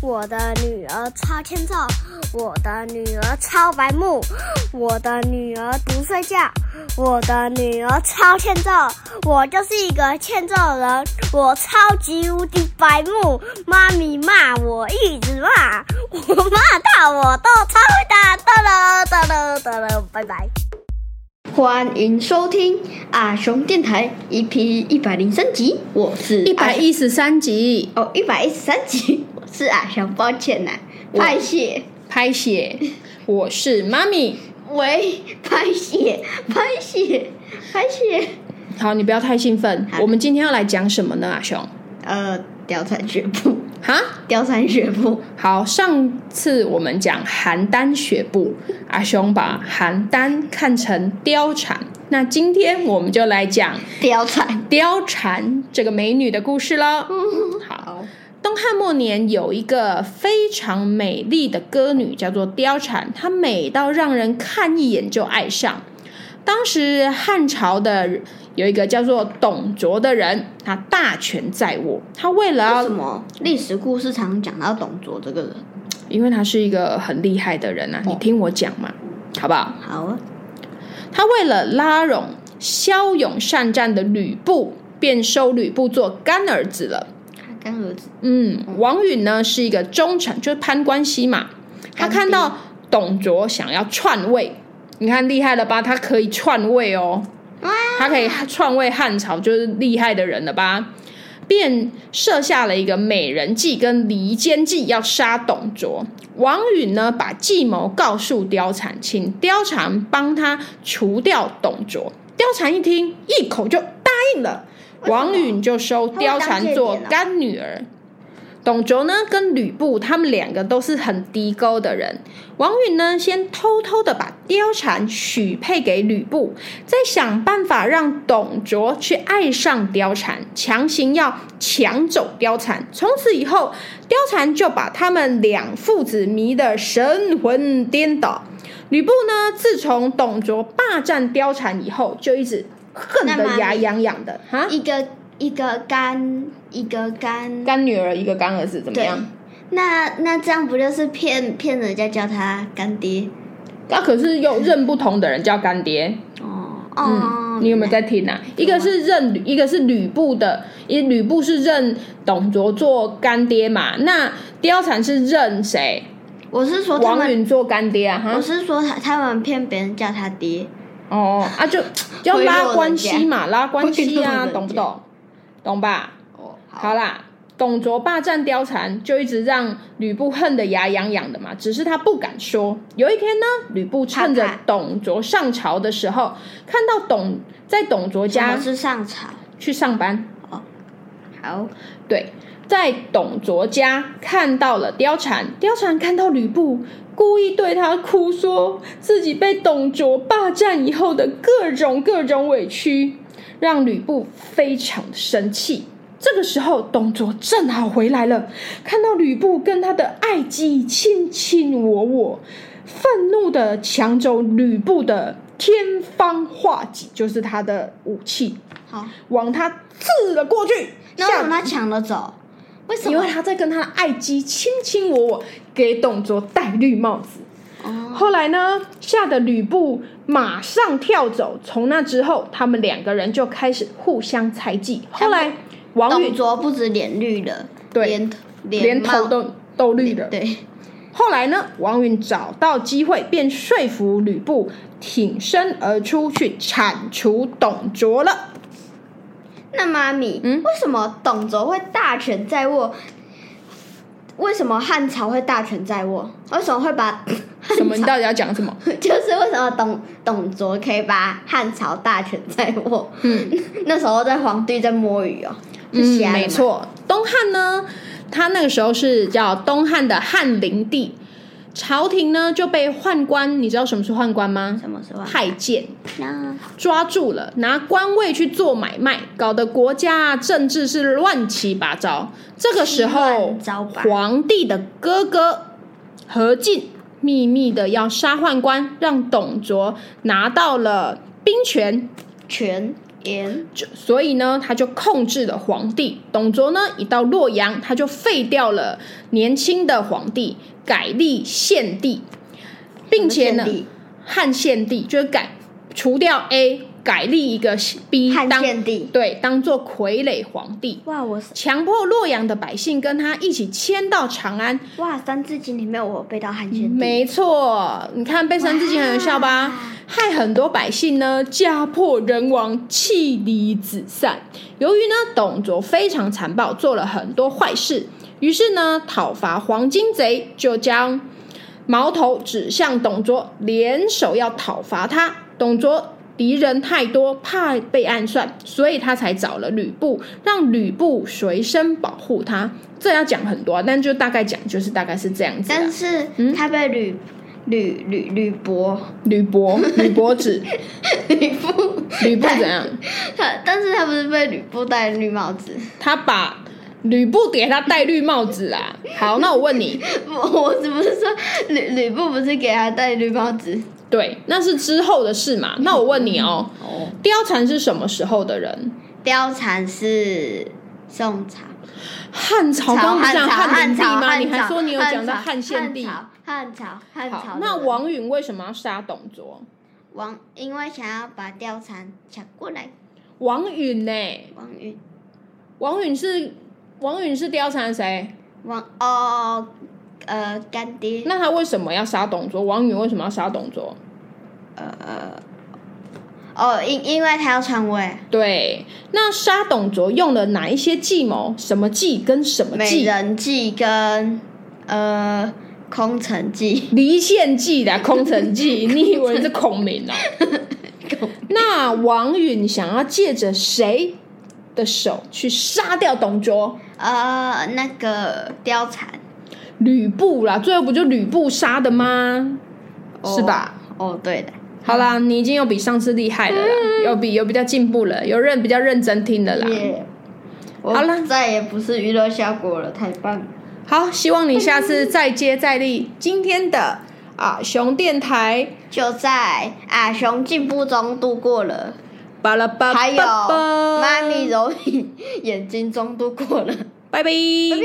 我的女儿超欠揍，我的女儿超白目，我的女儿不睡觉，我的女儿超欠揍，我就是一个欠揍人，我超级无敌白目，妈咪骂我一直骂，我骂到我都超会打，哒了哒了哒了，拜拜。欢迎收听阿雄电台 EP 一百零三集，我是一阿百一十三集哦一百一十三集，我是阿雄，抱歉呐、拍谢，拍写，我是妈咪。喂，拍谢，拍谢，拍谢，好，你不要太兴奋好。我们今天要来讲什么呢，阿雄？呃，貂蝉学步，哈，貂蝉学步，好，上次我们讲邯郸学步，阿雄把邯郸看成貂蝉。那今天我们就来讲貂蝉，貂蝉这个美女的故事喽。嗯好，东汉末年有一个非常美丽的歌女，叫做貂蝉，她美到让人看一眼就爱上。当时汉朝的有一个叫做董卓的人，他大权在握，他为了为要什么历史故事常讲到董卓这个人？因为他是一个很厉害的人啊，哦你听我讲嘛，好不好？好啊，他为了拉拢骁勇善战的吕布，便收吕布做干儿子了。他干儿子，嗯，王允呢是一个忠臣，就是攀关系嘛。他看到董卓想要篡位，你看厉害了吧？他可以篡位哦，他可以篡位汉朝，就是厉害的人了吧？便设下了一个美人计跟离间计，要杀董卓。王允呢，把计谋告诉貂蝉，请貂蝉帮他除掉董卓。貂蝉一听，一口就答应了。什么王允就收貂蝉做干女儿。董卓呢，跟吕布他们两个都是很低沟的人。王允呢，先偷偷的把貂蝉许配给吕布，再想办法让董卓去爱上貂蝉，强行要抢走貂蝉。从此以后，貂蝉就把他们两父子迷得神魂颠倒。吕布呢，自从董卓霸占貂蝉以后，就一直恨那妈得咪牙痒痒的哈。一个一个干，一个干，干女儿一个干儿子怎么对样？那那这样不就是骗骗人家叫他干爹？那、可是又认不同的人叫干爹，哦嗯哦，，你有没有在听啊？一个是认吕，一个是吕布的，一吕布是认董卓做干爹嘛，那貂蝉是认谁？我是说哦他王们，允做干爹啊，哈我，是说他他们骗别人叫他爹。哦啊就贿就要赂人拉家关系嘛，拉关系贿赂啊，人家懂不懂？懂吧？哦，好啦，董卓霸占貂蝉，就一直让吕布恨得牙痒痒的嘛。只是他不敢说。有一天呢，吕布趁着怕怕董卓上朝的时候，看到董在董卓什家么是上朝？去上班，好，对，在董卓家看到了貂蝉，貂蝉看到吕布，故意对他哭说自己被董卓霸占以后的各种各种委屈，让吕布非常生气。这个时候，董卓正好回来了，看到吕布跟他的爱姬卿卿我我，愤怒的抢走吕布的天方画戟，就是他的武器，好，往他刺了过去。那为什么他抢了走？为什因么为？他在跟他的爱姬卿卿我我，给董卓戴绿帽子。哦，后来呢，吓得吕布马上跳走。从那之后，他们两个人就开始互相猜忌。后来王董允卓不止脸绿了，对连连帽头都都绿了。对，后来呢，王允找到机会，便说服吕布挺身而出，去铲除董卓了。那妈咪，嗯为什么董卓会大权在握？为什么汉朝会大权在握？为什么会把什么？你到底要讲什么？ 就是为什么董董卓可以把汉朝大权在握？嗯， 那时候在皇帝在摸鱼哦，是瞎嗯，了吗没，错，东汉呢，他那个时候是叫东汉的汉灵帝，朝廷呢就被宦官，你知道什么是宦官吗？什么时候啊？太监那抓住了，拿官位去做买卖，搞得国家政治是乱七八糟。这个时候乱糟吧，皇帝的哥哥何进秘密的要杀宦官，让董卓拿到了兵权，权言。就所以呢，他就控制了皇帝。董卓呢，一到洛阳，他就废掉了年轻的皇帝，改立献帝，并且呢什么，献帝汉献帝就是改除掉 A，改立一个 B 汉当献帝。对当做傀儡皇帝，哇，我是强迫洛阳的百姓跟他一起迁到长安。哇，《三字经》里面我有背到汉献帝。没错，你看背三字经很有效吧哇？害很多百姓呢家破人亡、妻离子散。由于呢董卓非常残暴，做了很多坏事，于是呢讨伐黄巾贼就将矛头指向董卓，联手要讨伐他。董卓敌人太多，怕被暗算，所以他才找了吕布，让吕布随身保护他。这要讲很多、啊，但就大概讲，就是大概是这样子、啊。但是他被吕吕吕吕伯， 吕伯，吕伯 子，吕布，吕布怎样？ 他但是他不是被吕布戴绿帽子？ 他把吕布给他戴绿帽子啊。好，那我问你，我我是不是说吕吕布不是给他戴绿帽子？对，那是之后的事嘛？那我问你哦，哦，貂蝉是什么时候的人？貂蝉是宋朝，汉朝刚不是讲汉灵帝吗？你还说你有讲到汉汉献帝？朝汉朝汉朝的人。，好那王允为什么要杀董卓？王因为想要把貂蝉抢过来，王允呢、王允王允是王允是貂蝉谁？王哦呃干爹那他为什么要杀董卓？王允为什么要杀董卓？呃哦，因因为他要篡位，对，那杀董卓用了哪一些计谋？什么计跟什么美计？人计跟呃空城计，离间计啦，空 城计，你以为是孔明啊？那王允想要借着谁的手去杀掉董卓？呃那个貂蝉吕布啦，最后不就吕布杀的吗？是吧？哦对的，好啦，你已经有比上次厉害了啦，嗯有比有比较进步了，有认比较认真听的啦。耶，我好啦再也不是娱乐效果了，太棒了，好，希望你下次再接再厉。今天的啊熊电台。就在阿雄进步中度过了，巴拉巴还有巴巴妈咪揉眼睛中度过了，拜拜。咪。